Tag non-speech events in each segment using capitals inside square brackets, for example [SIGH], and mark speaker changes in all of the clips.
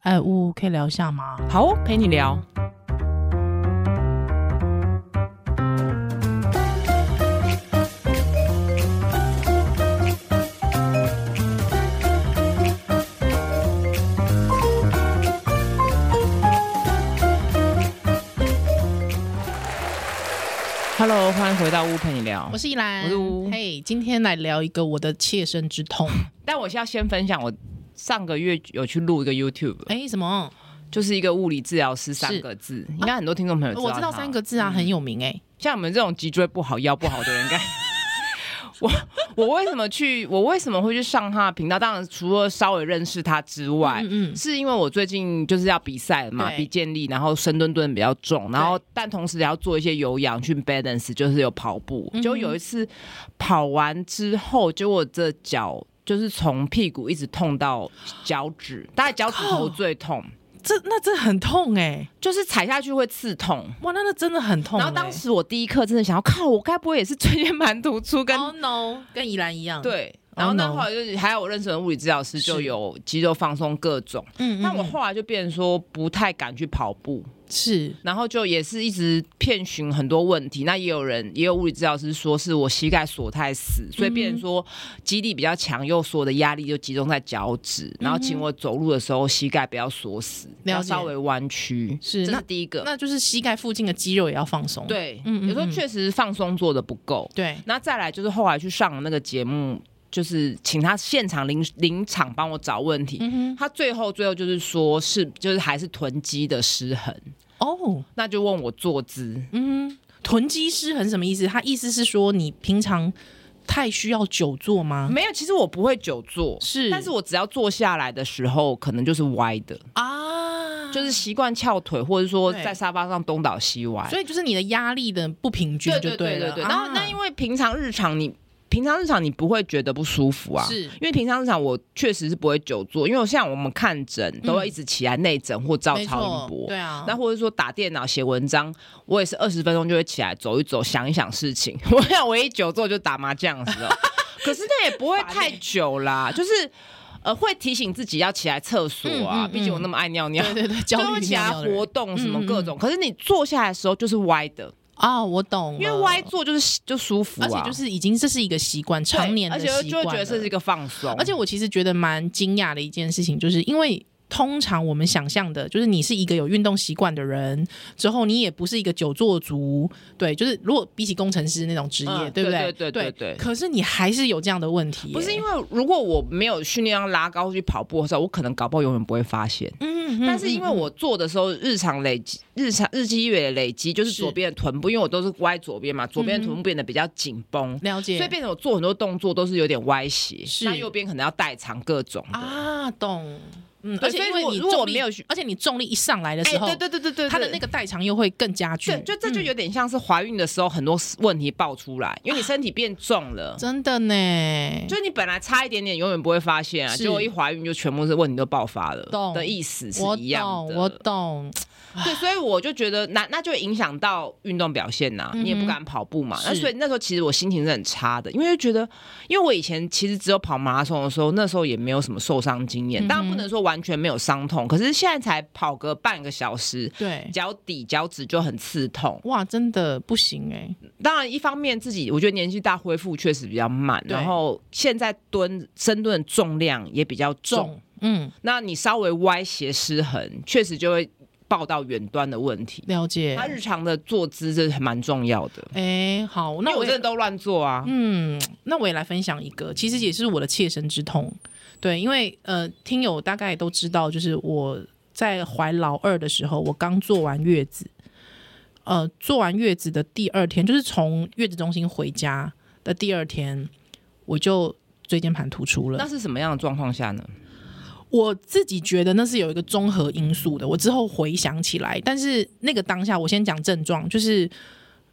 Speaker 1: 哎，呜，可以聊一下吗？
Speaker 2: 好哦，陪你聊。Hello，欢迎回到屋陪你聊
Speaker 1: 我。是依
Speaker 2: 我
Speaker 1: 兰
Speaker 2: 是呜，
Speaker 1: 嘿，今天来聊一个我的切身之
Speaker 2: [LAUGHS]
Speaker 1: 痛。
Speaker 2: 但我是要先分享，我上个月有去录一个 YouTube，
Speaker 1: 哎，什么？
Speaker 2: 就是一个物理治疗师三
Speaker 1: 是
Speaker 2: 个字，应该很嗯多听众朋哦友知道、
Speaker 1: 我知道三个字啊，很有名哎。
Speaker 2: 像我们这种脊椎不好、腰不好
Speaker 1: [LAUGHS]
Speaker 2: 的人，应该我我为什么去？我为什么会去上他的频道？当然，除了稍微认识他之外，
Speaker 1: 嗯嗯，
Speaker 2: 是因为我最近就是要比赛嘛，
Speaker 1: 对
Speaker 2: 比健力，然后深蹲蹲比较重，然后但同时也要做一些有氧去 balance，就是有跑步。
Speaker 1: 嗯哼
Speaker 2: 就有一次跑完之后，结果这脚就是从屁股一直痛到脚趾，大概脚趾头最痛，
Speaker 1: 这那真的很痛哎，
Speaker 2: 就是踩下去会刺痛。
Speaker 1: 哇，那那真的很痛哎。
Speaker 2: 然后当时我第一刻真的想要靠，我该不会也是椎间盘突出跟、
Speaker 1: Oh no，跟宜兰一样。，
Speaker 2: [LAUGHS] 对？
Speaker 1: Oh
Speaker 2: 然后那
Speaker 1: no
Speaker 2: 后来就是还有我认识的物理治疗师
Speaker 1: 是
Speaker 2: 就有肌肉放松各种，
Speaker 1: 嗯，
Speaker 2: 那
Speaker 1: 那
Speaker 2: 我
Speaker 1: 我
Speaker 2: 后来就变成说不太敢去跑步，
Speaker 1: 是
Speaker 2: 然后就也是一直遍寻很多问题。那也有人也有物理治疗师说是我膝盖锁太死，所以变成说
Speaker 1: 嗯
Speaker 2: 肌力比较强，又所有的压力就集中在脚趾，然后请我走路的时候膝盖不要锁死，
Speaker 1: 了
Speaker 2: 要
Speaker 1: 解
Speaker 2: 稍微弯曲，
Speaker 1: 是
Speaker 2: 这
Speaker 1: 那
Speaker 2: 是第一个。
Speaker 1: 那就是膝盖附近的肌肉也要放松。
Speaker 2: 对，
Speaker 1: 嗯嗯
Speaker 2: 有时候
Speaker 1: 嗯
Speaker 2: 确实放松做的不够，
Speaker 1: 对，
Speaker 2: 那再来就是后来去上那个节目，就是请他现场临临场帮我找问题。
Speaker 1: 嗯哼，
Speaker 2: 他最后最后就是说是就是还是臀肌的失衡，
Speaker 1: 哦，
Speaker 2: 那就问我坐姿。
Speaker 1: 嗯哼，臀肌失衡什么意思？他意思是说你平常太需要久坐吗？
Speaker 2: 没有，其实我不会久坐，
Speaker 1: 是
Speaker 2: 嗯但是我只要坐下来的时候，可能就是歪的，
Speaker 1: 啊，
Speaker 2: 就是习惯翘腿，或者说
Speaker 1: 对
Speaker 2: 在沙发上东倒西歪。
Speaker 1: 所以就是你的压力的不平均
Speaker 2: 对
Speaker 1: 就
Speaker 2: 哎对对
Speaker 1: 了。啊
Speaker 2: 对对。然后那因
Speaker 1: 为
Speaker 2: 为平常日常你平常日常你不会觉得不舒服啊，
Speaker 1: 是
Speaker 2: 因为平常日常我确实是不会久坐，因为我像我们看诊都会一直起来内诊或照
Speaker 1: 没
Speaker 2: 超音
Speaker 1: 错，
Speaker 2: 波。
Speaker 1: 对啊，
Speaker 2: 那或者说打电脑写文章，我也是二十分钟就会起来走一走，想一想事情。 [LAUGHS] 我想我一久坐就打麻将
Speaker 1: [LAUGHS]
Speaker 2: 的时候，可是那也不会太久
Speaker 1: 欸
Speaker 2: 啦，就是呃会提醒自己要起来厕所啊
Speaker 1: 嗯，嗯
Speaker 2: 毕、竟我那么爱尿尿，
Speaker 1: 对对对，焦
Speaker 2: 就会
Speaker 1: 虑
Speaker 2: 起来
Speaker 1: 尿尿的人
Speaker 2: 活动
Speaker 1: 嗯
Speaker 2: 什么
Speaker 1: 嗯
Speaker 2: 各种。可是你坐下来的时候就是歪的，
Speaker 1: 啊，我懂了，
Speaker 2: 因为歪坐就是嗯就舒服、啊，
Speaker 1: 而且就是已经这是一个习惯，
Speaker 2: 对
Speaker 1: 常年的
Speaker 2: 而
Speaker 1: 习
Speaker 2: 且
Speaker 1: 惯了，
Speaker 2: 就会觉得这是一个放松，
Speaker 1: 而且我其实觉得蛮惊讶的一件事情，就是因为。通常我们想象的就是你是一个有运动习惯的人，之后你也不是一个久坐族，对，就是如果比起工程师那种职业，
Speaker 2: 嗯
Speaker 1: 对不
Speaker 2: 对
Speaker 1: 对
Speaker 2: 对对对对
Speaker 1: 可是你还是有这样的问题耶，
Speaker 2: 不是因为如果我没有训练要拉高去跑步的时候，我可能搞不好永远不会发现。
Speaker 1: 嗯，嗯，
Speaker 2: 但是因为
Speaker 1: 嗯
Speaker 2: 我做的时候，日常累积、日常日积月累累积，就是
Speaker 1: 是
Speaker 2: 左边的臀部，因为我都是歪左边嘛，左边的臀部变得比较紧绷，
Speaker 1: 了解，
Speaker 2: 所以变成我做很多动作都是有点歪斜，
Speaker 1: 是
Speaker 2: 那右边可能要代偿各种的。
Speaker 1: 啊，懂。嗯，
Speaker 2: 对
Speaker 1: 而且
Speaker 2: 所以
Speaker 1: 因为
Speaker 2: 如果
Speaker 1: 你
Speaker 2: 如果
Speaker 1: 重
Speaker 2: 我
Speaker 1: 力
Speaker 2: 没有去
Speaker 1: 而且你重力一上来的
Speaker 2: 哎
Speaker 1: 时候，
Speaker 2: 对对对对对，嗯
Speaker 1: 它的那个
Speaker 2: 个。
Speaker 1: 代偿又会更加剧。
Speaker 2: 对，就这就
Speaker 1: 嗯
Speaker 2: 有点像是怀孕的时候，很多问题爆出来，因为你身体变重了，
Speaker 1: 真的呢，
Speaker 2: 就是你本来差一点点，永远不会发现啊，
Speaker 1: 是
Speaker 2: 结果一怀孕就全部是问题都爆发了
Speaker 1: 懂，
Speaker 2: 的意思是
Speaker 1: 我
Speaker 2: 一样
Speaker 1: 懂，
Speaker 2: 的。
Speaker 1: 我懂，
Speaker 2: 对，所以我就觉得那那就影响到运动表现呐、
Speaker 1: 嗯哼
Speaker 2: 你也不敢跑步嘛。那
Speaker 1: 是
Speaker 2: 所以那时候其实我心情是很差的，因为就觉得，因为我以前其实只有跑马拉松的时候，那时候也没有什么受伤经验，
Speaker 1: 嗯哼
Speaker 2: 当然不能说完全没有伤痛，可是现在才跑个半个小时。
Speaker 1: 对，
Speaker 2: 脚底、脚趾就很刺痛。
Speaker 1: 哇，真的不行哎，
Speaker 2: 当然，一方面自己我觉得年纪大，恢复确实比较慢，
Speaker 1: 对
Speaker 2: 然后现在蹲深蹲的重量也比较重，
Speaker 1: 重，嗯，
Speaker 2: 那你稍微歪斜失衡，确实就会报到远端的问题。
Speaker 1: 了解
Speaker 2: 他。日常的坐姿这是蛮重要的。
Speaker 1: 哎，好，
Speaker 2: 那
Speaker 1: 那
Speaker 2: 我
Speaker 1: 我
Speaker 2: 真的
Speaker 1: 也，
Speaker 2: 都乱做啊，
Speaker 1: 嗯，那我也来分享一个，其实也是我的切身之痛。对，因为呃，听友大概也都知道，就是我在怀老二的时候，我刚坐完月子，呃，坐完月子的第二天，就是从月子中心回家的第二天，我就椎间盘突出
Speaker 2: 那
Speaker 1: 了。
Speaker 2: 是什么样的状况下呢？
Speaker 1: 我自己觉得那是有一个综合因素的，我之后回想起来，但是那个当下，我先讲症状，就是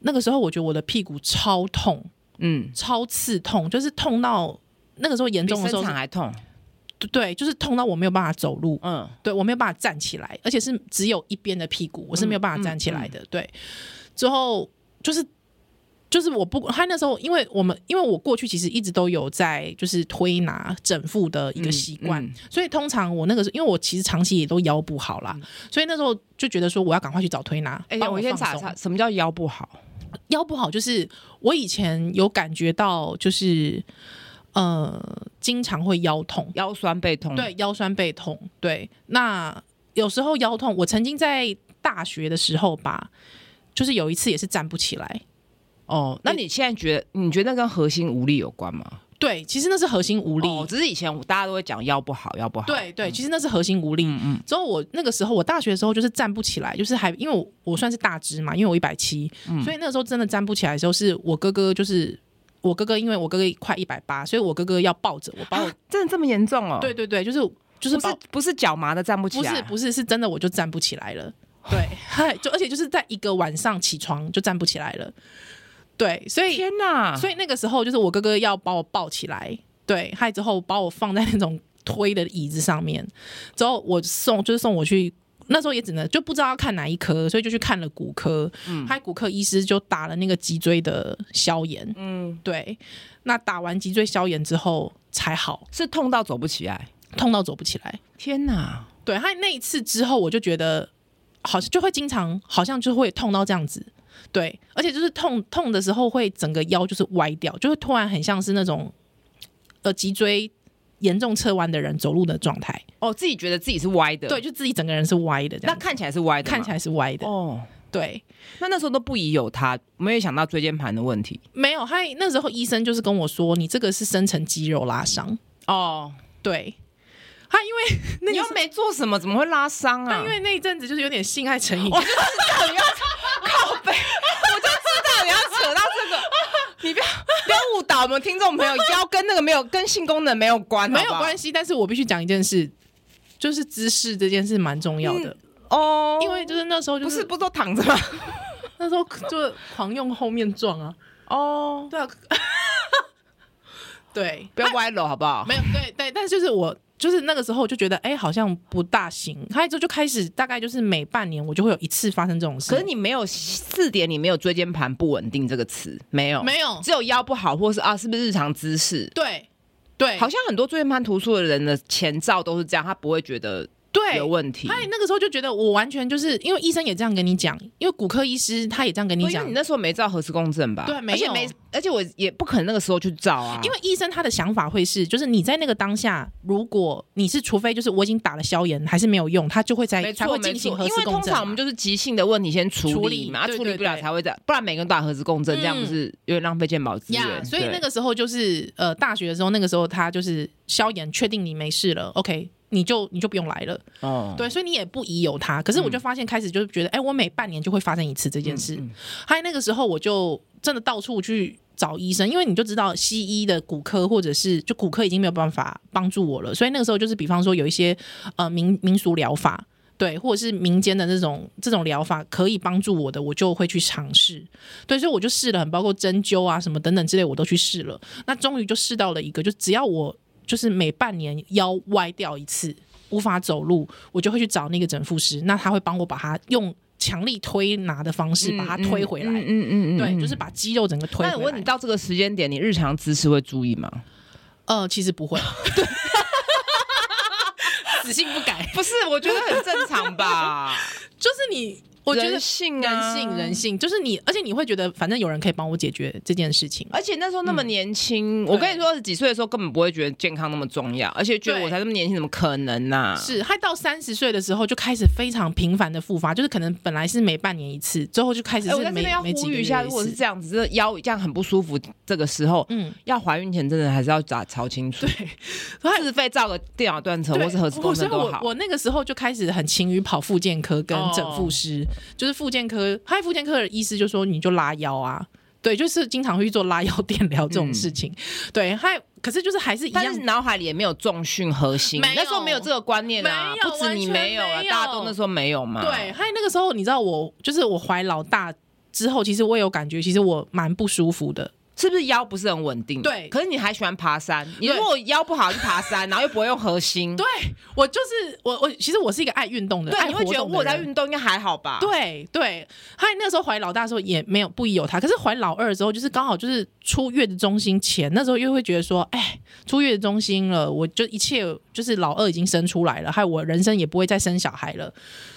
Speaker 1: 那个时候我觉得我的屁股超痛，
Speaker 2: 嗯，
Speaker 1: 超刺痛，就是痛到那个时候严
Speaker 2: 比
Speaker 1: 重的时
Speaker 2: 生
Speaker 1: 候是
Speaker 2: 产，还痛。
Speaker 1: 对，就是痛到我没有办法走路。
Speaker 2: 嗯，
Speaker 1: 对我没有办法站起来，而且是
Speaker 2: 嗯
Speaker 1: 只有一边的屁股，我是没有办法站起来的。对，之后就是就是我不，他那时候因为我们因为我过去其实一直都有在就是推拿整腹的一个习惯，
Speaker 2: 嗯
Speaker 1: 所以通常我那个时候因为我其实长期也都腰不好啦，所以那时候就觉得说我要赶快去找推拿。
Speaker 2: 哎、
Speaker 1: 帮
Speaker 2: 我先
Speaker 1: 放
Speaker 2: 查
Speaker 1: 松
Speaker 2: 查，什么叫腰不好？
Speaker 1: 腰不好，就是我以前有感觉到就是呃经常会腰痛，
Speaker 2: 腰酸背痛。
Speaker 1: 对，腰酸背痛，对，那有时候腰痛，我曾经在大学的时候吧，就是有一次也是站不起来。
Speaker 2: 哦，那你现在觉得你觉得那跟核心无力有关吗？
Speaker 1: 对，其实那是核心无力，
Speaker 2: 哦，只是以前大家都会讲腰不好，腰不好。，
Speaker 1: 对对，其实那是核心无力。
Speaker 2: 嗯嗯，
Speaker 1: 之后我那个时候，我大学的时候就是站不起来，就是还因为我我算是大只嘛，因为我一百七，
Speaker 2: 嗯
Speaker 1: 所以那时候真的站不起来的时候，是我哥哥就是我哥哥，因为我哥哥快一百八，所以我哥哥要抱着我，把我、
Speaker 2: 啊，真的这么严重哦？
Speaker 1: 对，对对，就是就是
Speaker 2: 不
Speaker 1: 把
Speaker 2: 是不是脚麻的站不起
Speaker 1: 不
Speaker 2: 来，
Speaker 1: 是不是是真的，我就站不起来
Speaker 2: [LAUGHS]
Speaker 1: 了。对， [LAUGHS] 嗨，就而且就是在一个晚上起床就站不起来了。对，所以
Speaker 2: 天哪！
Speaker 1: 所以那个时候就是我哥哥要把我抱起来，对，还之后把我放在那种推的椅子上面，之后我送就是送我去。那时候也只能就不知道要看哪一科，所以就去看了骨科。嗯，还骨科医师就打了那个脊椎的消炎。
Speaker 2: 嗯，
Speaker 1: 对，那打完脊椎消炎之后才好，
Speaker 2: 是痛到走不起来。
Speaker 1: 痛到走不起来。
Speaker 2: 天哪！
Speaker 1: 对，他那一次之后，我就觉得好像就会经常，好像就会痛到这样子。对，而且就是痛痛的时候会整个腰就是歪掉，就会突然很像是那种呃脊椎严重侧弯的人走路的状态。
Speaker 2: 哦，自己觉得自己是歪的，
Speaker 1: 对，，就自己整个人是歪的这
Speaker 2: 那
Speaker 1: 样子，
Speaker 2: 看起来是歪的，
Speaker 1: 看起
Speaker 2: 来
Speaker 1: 来是歪的。
Speaker 2: 哦。
Speaker 1: 对，
Speaker 2: 那那时候都不疑有他，没有想到椎间盘的问题
Speaker 1: 没有，他那时候医生就是跟我说，你这个是深层肌肉拉伤。
Speaker 2: 哦。
Speaker 1: 对，他因为那
Speaker 2: 你
Speaker 1: 个
Speaker 2: 又
Speaker 1: 时候。
Speaker 2: 没做什么，怎么会拉伤啊？
Speaker 1: 他因为那一阵子就是有点性爱成
Speaker 2: 哦
Speaker 1: 瘾，
Speaker 2: [LAUGHS] 我就知道你要扯到这 [LAUGHS] 个，你不要不要误导我们听众朋 [LAUGHS] 友，腰跟那个没有跟性功能没有关，
Speaker 1: 没有关
Speaker 2: 系
Speaker 1: 系，但是我必须讲一件事，就是姿势这件事蛮重要的，
Speaker 2: 哦，
Speaker 1: 因为就是那时候就
Speaker 2: 不
Speaker 1: 是
Speaker 2: 是不是都躺着吗？
Speaker 1: 那时候就狂用后面撞啊，
Speaker 2: 哦， [LAUGHS]
Speaker 1: 对啊，对，
Speaker 2: 不要歪楼好不好？
Speaker 1: 没有对对，但是就是我就是那个时候就觉得哎、好像不大行，开之后就开始大概就是每半年我就会有一次发生这种事，
Speaker 2: 可是你没有四点，你没有椎间盘不稳定这个词，没有，
Speaker 1: 没有
Speaker 2: 只有腰不好，或是啊，是不是日常姿势？
Speaker 1: 对对，
Speaker 2: 好像很多椎间盘突出的人的前兆都是这样，他不会觉得
Speaker 1: 对
Speaker 2: 有。问题。
Speaker 1: 哎，那个时候就觉得我完全就是因为医生也这样跟你讲，因为骨科医师他也这样跟你
Speaker 2: 不因为
Speaker 1: 讲
Speaker 2: 你，那时候没照核磁共振吧？
Speaker 1: 对没
Speaker 2: 而且
Speaker 1: 有
Speaker 2: 没，而且我也不可能那个时候去照啊，
Speaker 1: 因为医生他的想法会是，就是你在那个当下，如果你是除非就是我已经打了消炎还是没有用，他就会在
Speaker 2: 没
Speaker 1: 才
Speaker 2: 错
Speaker 1: 会
Speaker 2: 没
Speaker 1: 进行
Speaker 2: 错，
Speaker 1: 核
Speaker 2: 因
Speaker 1: 磁
Speaker 2: 为
Speaker 1: 共
Speaker 2: 通
Speaker 1: 振
Speaker 2: 常我
Speaker 1: 嘛
Speaker 2: 们。就是急性的问题先处
Speaker 1: 处
Speaker 2: 理
Speaker 1: 理
Speaker 2: 嘛，啊
Speaker 1: 对
Speaker 2: 处
Speaker 1: 对
Speaker 2: 理不了
Speaker 1: 对
Speaker 2: 才会这样，不然每个人都打核磁共振，这样
Speaker 1: 嗯
Speaker 2: 不是有点浪费健保资
Speaker 1: 呀
Speaker 2: 源？
Speaker 1: 所以
Speaker 2: 对
Speaker 1: 那个时候就是呃，大学的时候，那个时候他就是消炎，确定你没事了，OK，你就你就不用来了。
Speaker 2: 哦，
Speaker 1: 对，所以你也不疑有他。可是我就发现开始就是觉得，哎、我每半年就会发生一次这件事。还有那个时候，我就真的到处去找医生，因为你就知道西医的骨科或者是就骨科已经没有办法帮助我了，所以那个时候就是比方说有一些呃民民俗疗法。对，或者是民间的那种这种疗法可以帮助我的，我就会去尝试。对，所以我就试了很，包括针灸啊什么等等之类，我都去试了。那终于就试到了一个，就只要我就是每半年腰歪掉一次，无法走路，我就会去找那个整复师，那他会帮我把它用强力推拿的方式把它推回来。
Speaker 2: 嗯嗯嗯，
Speaker 1: 对，就是把肌肉整个推
Speaker 2: 那我
Speaker 1: 回
Speaker 2: 问你，
Speaker 1: 来。
Speaker 2: 到这个时间点，你日常姿势会注意吗？
Speaker 1: 呃，其实不会，对， [LAUGHS] 死性不改，
Speaker 2: 不是，我觉得很正常吧。
Speaker 1: 就是你， [LAUGHS] 呃我觉得
Speaker 2: 人性啊，
Speaker 1: 人性，人。性，就是你，而且你会觉得，反正有人可以帮我解决这件事情。
Speaker 2: 而且那时候
Speaker 1: 嗯
Speaker 2: 那么年轻，我跟你说，二十几岁的时候根本不会觉得健康那么重要，而且觉得
Speaker 1: 对
Speaker 2: 我才那么年轻，怎么可能呐？
Speaker 1: 是，还到三十岁的时候就开始非常频繁的复发，就是可能本来是每半年一次，之后就开始
Speaker 2: 哎、
Speaker 1: 是
Speaker 2: 我在这
Speaker 1: 每、
Speaker 2: 边要
Speaker 1: 每几
Speaker 2: 呼
Speaker 1: 个
Speaker 2: 吁
Speaker 1: 月
Speaker 2: 一下，
Speaker 1: 一
Speaker 2: 如果是
Speaker 1: 次
Speaker 2: 这样子，这腰这样很不舒服，这个时候，
Speaker 1: 嗯，
Speaker 2: 要怀孕前真的还是要打超清楚，对，自费照个电脑 [LAUGHS] 断层
Speaker 1: 对
Speaker 2: 或是核磁
Speaker 1: 我
Speaker 2: 共
Speaker 1: 所
Speaker 2: 振
Speaker 1: 以
Speaker 2: 都
Speaker 1: 我
Speaker 2: 好。
Speaker 1: 我那个时候就开始很勤于跑复健科跟整复师，
Speaker 2: 哦
Speaker 1: 就是复健科，还有复健科的医师就说你就拉腰啊，对，就是经常会去做拉腰电疗这种事情，对，还可是就是还是一
Speaker 2: 嗯但
Speaker 1: 样
Speaker 2: 是。脑海里也没有重训核心，
Speaker 1: 没有
Speaker 2: 那时候没有这个观念啊
Speaker 1: 没，有
Speaker 2: 不止你
Speaker 1: 完全
Speaker 2: 没有啊，
Speaker 1: 没有
Speaker 2: 大家都那时候没有嘛。
Speaker 1: 对，，还有那个时候，你知道我就是我怀老大之后，其实我也有感觉，其实我蛮不舒服的。
Speaker 2: 是不是腰不是很稳定？
Speaker 1: 对
Speaker 2: 可是你还喜欢爬山，你
Speaker 1: 对
Speaker 2: 如果腰不好就爬山， [LAUGHS] 然后又不会用核心，
Speaker 1: 对我就是我我其实我是一个爱运动的，
Speaker 2: 对，
Speaker 1: 爱
Speaker 2: 你会觉
Speaker 1: 活
Speaker 2: 得
Speaker 1: 动的
Speaker 2: 我在
Speaker 1: 人
Speaker 2: 运动应该还好吧？
Speaker 1: 对对，他那时候怀老大的时候也没有不疑有他，可是怀老二之后，就是刚好就是出月子中心前，那时候又会觉得说，哎，出月子中心了，我就一切就是老二已经生出来了，害我人生也不会再生小孩了。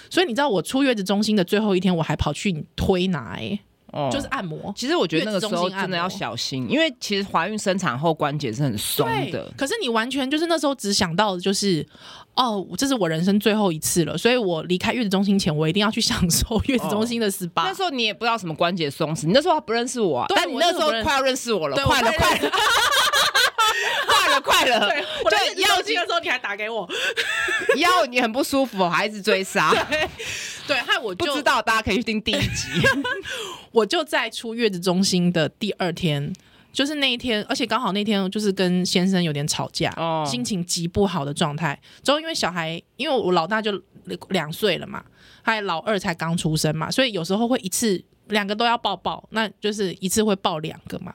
Speaker 1: 所以你知道我出月子中心的最后一天，我还跑去推拿、哎、
Speaker 2: 哦，
Speaker 1: 就是按摩。
Speaker 2: 其实我觉得那个时
Speaker 1: 月子中
Speaker 2: 候
Speaker 1: 心按
Speaker 2: 真
Speaker 1: 摩
Speaker 2: 的要小心，因为其实怀孕生产后关节是很松
Speaker 1: 对
Speaker 2: 的，。
Speaker 1: 可是你完全就是那时候只想到的就是，哦，这是我人生最后一次了，所以我离开月子中心前，我一定要去享受月子中心的 SPA。
Speaker 2: 那时候你也不知道什么关节松弛，你那时候还不认识我啊、
Speaker 1: 对
Speaker 2: 但你
Speaker 1: 我
Speaker 2: 那
Speaker 1: 那
Speaker 2: 时
Speaker 1: 时候
Speaker 2: 候
Speaker 1: 不认
Speaker 2: 快要认识我了，
Speaker 1: 对我
Speaker 2: 快了，
Speaker 1: 快
Speaker 2: 快了，快了，快 [LAUGHS] 了，
Speaker 1: [LAUGHS] 我在
Speaker 2: 对，
Speaker 1: 月子
Speaker 2: 腰
Speaker 1: 中心的时候，你还打给我，
Speaker 2: 腰你很不舒服，还一直追杀，
Speaker 1: 对，害我
Speaker 2: 不
Speaker 1: 就
Speaker 2: 知道大家可以去听第一集。
Speaker 1: 我就在出月子中心的第二天，就是那一天，而且刚好那天就是跟先生有点吵架，
Speaker 2: 哦
Speaker 1: 心情极不好的状态。之后因为小孩，因为我老大就两岁了嘛，还有老二才刚出生嘛，所以有时候会一次两个都要抱抱，那就是一次会抱两个嘛。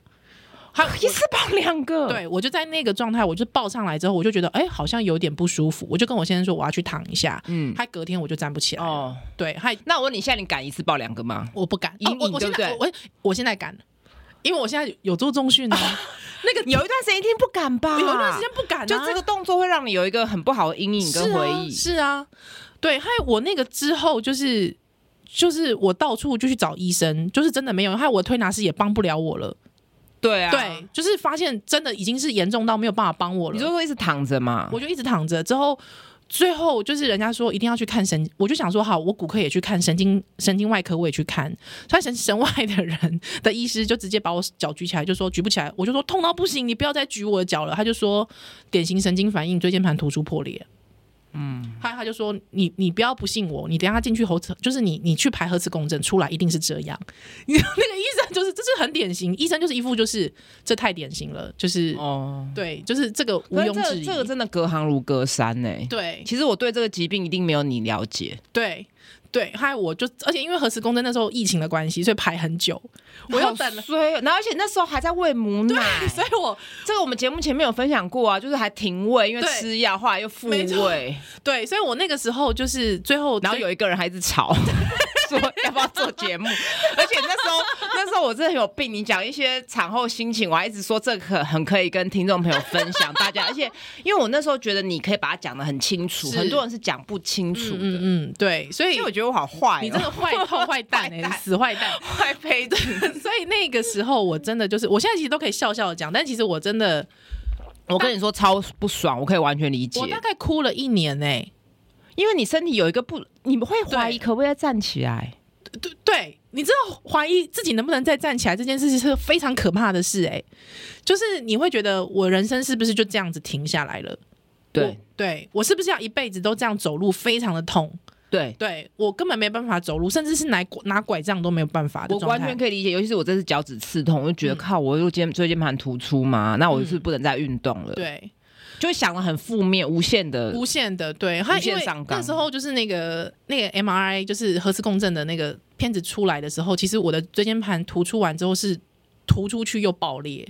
Speaker 1: 还有
Speaker 2: 一次抱两个，，
Speaker 1: 对，我就在那个状态，我就抱上来之后，我就觉得哎、好像有点不舒服，我就跟我先生说我要去躺一下。
Speaker 2: 嗯，
Speaker 1: 他隔天我就站不起来，
Speaker 2: 哦，
Speaker 1: 对，他
Speaker 2: 那我问你，现在你敢一次抱两个吗？
Speaker 1: 我不敢，
Speaker 2: 隐
Speaker 1: 哦我
Speaker 2: 隐
Speaker 1: 我
Speaker 2: 对
Speaker 1: 现
Speaker 2: 不
Speaker 1: 在
Speaker 2: 对
Speaker 1: 我我我现在敢，因为我现在有做重训啊，那个
Speaker 2: 有一段时间一定不敢吧，
Speaker 1: 有一段时间不敢啊，
Speaker 2: 就这个动作会让你有一个很不好的阴影跟回忆。
Speaker 1: 是啊是啊，对，还有我那个之后就是。就是我到处就去找医生，就是真的没有，还有我推拿师也帮不了我了。
Speaker 2: 对啊，
Speaker 1: 对，，就是发现真的已经是严重到没有办法帮我了。
Speaker 2: 你就会一直躺着嘛。
Speaker 1: 我就一直躺着，之后最后就是人家说一定要去看神，我就想说好，我骨科也去看，神经神经外科我也去看，所以神神外的人的医师就直接把我脚举起来，就说举不起来，我就说痛到不行，你不要再举我的脚了，他就说典型神经反应，椎间盘突出破裂。嗯，他他就说你你不要不信我，你等一下进去核磁，就是你你去排核磁共振出来一定是这样。你那个医生就是这是很典型，医生就是一副就是这太典型了，就是、
Speaker 2: 哦，
Speaker 1: 对，就是这个毋
Speaker 2: 可是
Speaker 1: 庸
Speaker 2: 这个
Speaker 1: 置疑。
Speaker 2: 这个真的隔行如隔山呢、
Speaker 1: 对，
Speaker 2: 其实我对这个疾病一定没有你了解，
Speaker 1: 对对，还有我就，而且因为核磁共振那时候疫情的关系，所以排很久，我又等了。
Speaker 2: 所以哦然后而且那时候还在喂母奶，
Speaker 1: 所以我
Speaker 2: 这个我们节目前面有分享过啊，就是还停喂，因为
Speaker 1: 对
Speaker 2: 吃药，后来又复
Speaker 1: 没错
Speaker 2: 喂，
Speaker 1: 对，所以我那个时候就是最后，
Speaker 2: 然后有一个人还一直吵。 [LAUGHS] 说要不要做
Speaker 1: [LAUGHS]
Speaker 2: 节目？而且那时候，那时候我真的很有病。你讲一些产后心情，我还一直说这可很可以跟听众朋友分享大家。而且，因为我那时候觉得你可以把它讲的很清楚，
Speaker 1: 是
Speaker 2: 很多人是讲不清楚的。
Speaker 1: 嗯嗯，对，所
Speaker 2: 所
Speaker 1: 以
Speaker 2: 以我觉得我好坏、哦，
Speaker 1: 你真的坏 [LAUGHS] 透坏蛋
Speaker 2: 坏
Speaker 1: 哎、
Speaker 2: 蛋
Speaker 1: 你死坏蛋。
Speaker 2: 坏胚子。
Speaker 1: 所以那个时候我真的就是，我现在其实都可以笑笑的讲，但其实我真的，
Speaker 2: [LAUGHS] 我跟你说超不爽，我可以完全理解
Speaker 1: 我，大概哭了一年哎、
Speaker 2: 因为你身体有一个不，你们会怀疑
Speaker 1: 对
Speaker 2: 可不可以再站起来。
Speaker 1: 对对，你知道怀疑自己能不能再站起来这件事情是非常可怕的事哎、就是你会觉得我人生是不是就这样子停下来了？我
Speaker 2: 对，
Speaker 1: 对我是不是要一辈子都这样走路，非常的痛？
Speaker 2: 对，
Speaker 1: 对我根本没办法走路，甚至是拿拿拐杖都没有办法的
Speaker 2: 我
Speaker 1: 状
Speaker 2: 完全
Speaker 1: 态。
Speaker 2: 可以理解，尤其是我这次脚趾刺痛，我就觉得
Speaker 1: 嗯
Speaker 2: 靠，我又肩椎间盘突出嘛，那我就是不能再运动了，，
Speaker 1: 对，
Speaker 2: 就想的很负面，无限的，
Speaker 1: 无限的对，他
Speaker 2: 无限
Speaker 1: 因为
Speaker 2: 上纲
Speaker 1: 那时候就是那个那个 MRI，就是核磁共振的那个片子出来的时候，其实我的椎间盘突出完之后是突出去又爆裂，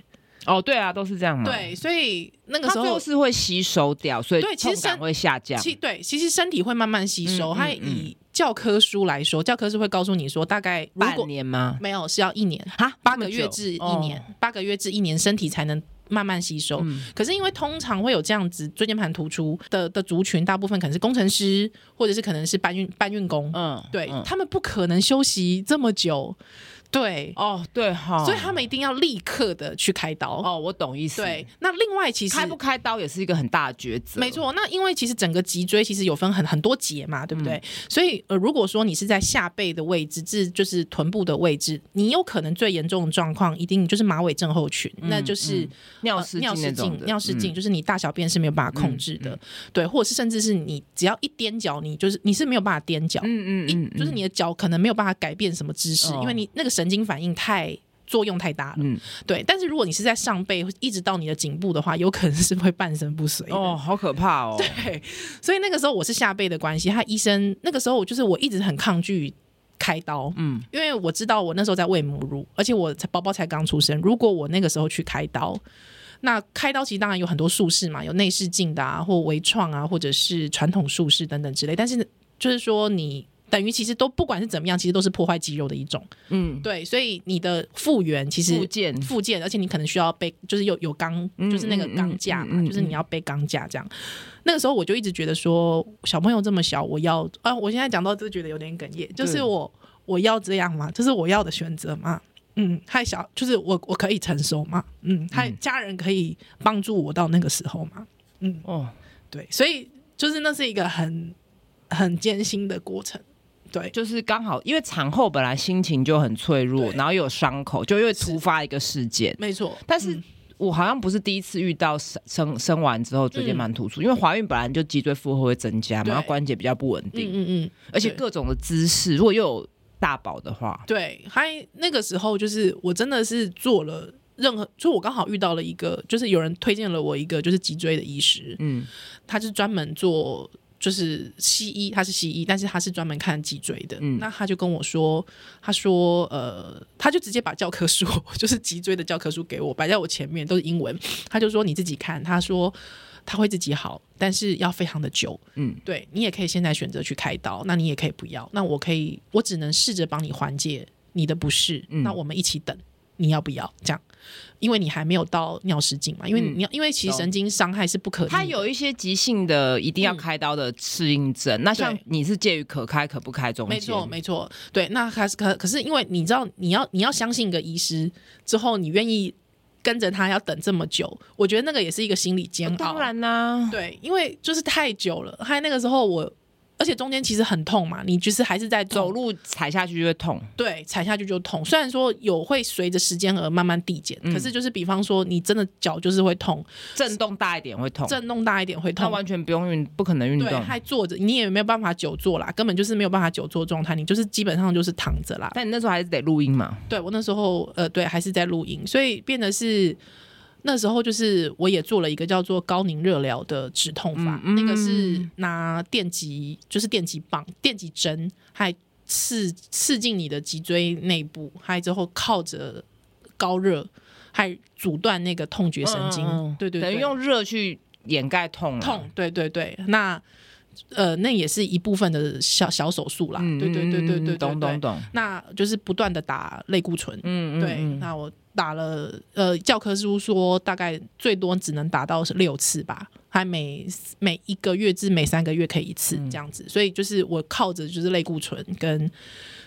Speaker 2: 哦，对啊，都是这样嘛，，
Speaker 1: 对，所以那个
Speaker 2: 它
Speaker 1: 时
Speaker 2: 最后
Speaker 1: 候
Speaker 2: 是会吸收掉，所以
Speaker 1: 对其
Speaker 2: 痛
Speaker 1: 实
Speaker 2: 感
Speaker 1: 身
Speaker 2: 会下降，
Speaker 1: 其对，其实身体会慢慢吸收。
Speaker 2: 嗯嗯
Speaker 1: 它以教科书来说，教科书会告诉你说，大概如
Speaker 2: 半
Speaker 1: 果
Speaker 2: 年吗？
Speaker 1: 没有是要一年。
Speaker 2: 哈，
Speaker 1: 八
Speaker 2: 这么
Speaker 1: 个月
Speaker 2: 久
Speaker 1: 至一
Speaker 2: 哦
Speaker 1: 年，八个月至一年，身体才能慢慢吸收。
Speaker 2: 嗯
Speaker 1: 可是因为通常会有这样子椎间盘突出的的族群，大部分可能是工程师，或者是可能是搬运搬运工，
Speaker 2: 嗯，
Speaker 1: 对、
Speaker 2: 嗯
Speaker 1: 他们不可能休息这么久，对，
Speaker 2: 哦，对哈，
Speaker 1: 所以他们一定要立刻的去开刀。
Speaker 2: 哦，我懂意思，
Speaker 1: 对，，那另外其实
Speaker 2: 开不开刀也是一个很大的抉择，
Speaker 1: 没错，那因为其实整个脊椎其实有分很很多节嘛，对不
Speaker 2: 嗯
Speaker 1: 对？所以呃，如果说你是在下背的位置至就是臀部的位置，你有可能最严重的状况一定就是马尾症候群，那就是、
Speaker 2: 嗯尿
Speaker 1: 呃
Speaker 2: 失
Speaker 1: 尿
Speaker 2: 禁那
Speaker 1: 失
Speaker 2: 种
Speaker 1: 禁
Speaker 2: 的，，
Speaker 1: 尿失
Speaker 2: 嗯
Speaker 1: 禁、就是你大小便是没有办法控制的，对，或者是甚至是你只要一踮脚，你就是你是没有办法踮脚，
Speaker 2: 嗯
Speaker 1: 一就是你的脚可能没有办法改变什么姿势，
Speaker 2: 哦
Speaker 1: 因为你那个神经反应太。作用太大了，
Speaker 2: 嗯
Speaker 1: 对。但是如果你是在上背一直到你的颈部的话，有可能是会半身不遂的。
Speaker 2: 哦，好可怕哦，
Speaker 1: 对，所以那个时候我是下背的关系，他医生那个时候我就是我一直很抗拒开刀，
Speaker 2: 嗯，
Speaker 1: 因为我知道我那时候在喂母乳，而且我才宝宝才刚出生。如果我那个时候去开刀，那开刀其实当然有很多术式嘛，有内视镜的啊，或微创啊，或者是传统术式等等之类。但是就是说你。等于其实都不管是怎么样，其实都是破坏肌肉的一种，
Speaker 2: 嗯，
Speaker 1: 对，所以你的复原其实
Speaker 2: 附件，
Speaker 1: 附件，而且你可能需要背，就是有有钢，
Speaker 2: 嗯
Speaker 1: 就是那个钢架嘛，
Speaker 2: 嗯嗯嗯嗯
Speaker 1: 就是你要背钢架这样。那个时候我就一直觉得说，小朋友这么小，我要啊，我现在讲到就觉得有点哽咽，就是我我要这样吗？这是我要的选择吗？嗯，太小，就是我我可以承受吗？嗯，他家人可以帮助我到那个时候吗？
Speaker 2: 哦，
Speaker 1: 对，所以就是那是一个很很艰辛的过程，对，
Speaker 2: 就是刚好，因为产后本来心情就很脆弱，
Speaker 1: 对
Speaker 2: 然后又有伤口，就因为突
Speaker 1: 是嗯
Speaker 2: 发一个事件，
Speaker 1: 没错，
Speaker 2: 但是。我好像不是第一次遇到生生生完之后椎间盘突出，因为怀孕本来就脊椎负荷会增加嘛，
Speaker 1: 嗯对
Speaker 2: 然后关节比较不稳
Speaker 1: 嗯
Speaker 2: 定，
Speaker 1: 嗯嗯。
Speaker 2: 而且
Speaker 1: 对
Speaker 2: 各种的姿势，如果又有大宝的话，
Speaker 1: 对，还那个时候就是我真的是做了任何，就我刚好遇到了一个，就是有人推荐了我一个就是脊椎的医师，
Speaker 2: 嗯，
Speaker 1: 他是专门做就是西医，他是西医，但是他是专门看脊椎的。
Speaker 2: 嗯
Speaker 1: 那他就跟我说，他说呃，他就直接把教科书，就是脊椎的教科书给我摆在我前面，都是英文。他就说你自己看，他说。他会自己好，但是要非常的久。
Speaker 2: 嗯，
Speaker 1: 对你也可以现在选择去开刀，那你也可以不要。那我可以，我只能试着帮你缓解你的不适。
Speaker 2: 嗯
Speaker 1: 那我们一起等，你要不要这样？因为你还没有到尿失禁嘛，因为你、要，因为其实
Speaker 2: 嗯懂
Speaker 1: 神经伤害是不可逆的。
Speaker 2: 它有一些急性的一定要开刀的适应症，那像
Speaker 1: 对
Speaker 2: 你是介于可开可不开中间，
Speaker 1: 没错，没错，对。那还是可可是因为你知道，你要你要相信一个医师之后，你愿意跟着他要等这么久，我觉得那个也是一个心理煎
Speaker 2: 哦
Speaker 1: 熬。
Speaker 2: 当，然啦、
Speaker 1: 对，因为就是太久了，还有那个时候我，而且中间其实很痛嘛，你就是还是在
Speaker 2: 走
Speaker 1: 路，
Speaker 2: 路踩下去就会痛，
Speaker 1: 对，踩下去就痛。虽然说有会随着时间而慢慢递减，
Speaker 2: 嗯
Speaker 1: 可是就是比方说你真的脚就是会痛，
Speaker 2: 震动大一点会痛，
Speaker 1: 震动大一点会
Speaker 2: 那
Speaker 1: 痛，
Speaker 2: 完全不用运，不可能运
Speaker 1: 对，
Speaker 2: 动。
Speaker 1: 还坐着，你也没有办法久坐啦，根本就是没有办法久坐状态，你就是基本上就是躺着啦。
Speaker 2: 但你那时候还是得录音嘛，
Speaker 1: 对我那时候呃，对，还是在录音，所以变得是那时候就是我也做了一个叫做高凝热疗的止痛法，
Speaker 2: 嗯嗯
Speaker 1: 那个是拿电极，就是电极棒、电极针，还刺刺进你的脊椎内部，还之后靠着高热，还阻断那个痛觉神经，
Speaker 2: 嗯嗯嗯
Speaker 1: 对对对，
Speaker 2: 等于用嗯热去掩盖痛啊啦
Speaker 1: 痛，，对对对，那。呃，那也是一部分的小小手术啦，啊
Speaker 2: 嗯
Speaker 1: 对对对对对对，
Speaker 2: 懂
Speaker 1: 对
Speaker 2: 懂懂，
Speaker 1: 那就是不断的打类固醇，
Speaker 2: 嗯
Speaker 1: 对，那我打了呃，教科书说大概最多只能打到是六次吧，还每每一个月至每三个月可以一次
Speaker 2: 嗯
Speaker 1: 这样子，所以就是我靠着就是类固醇跟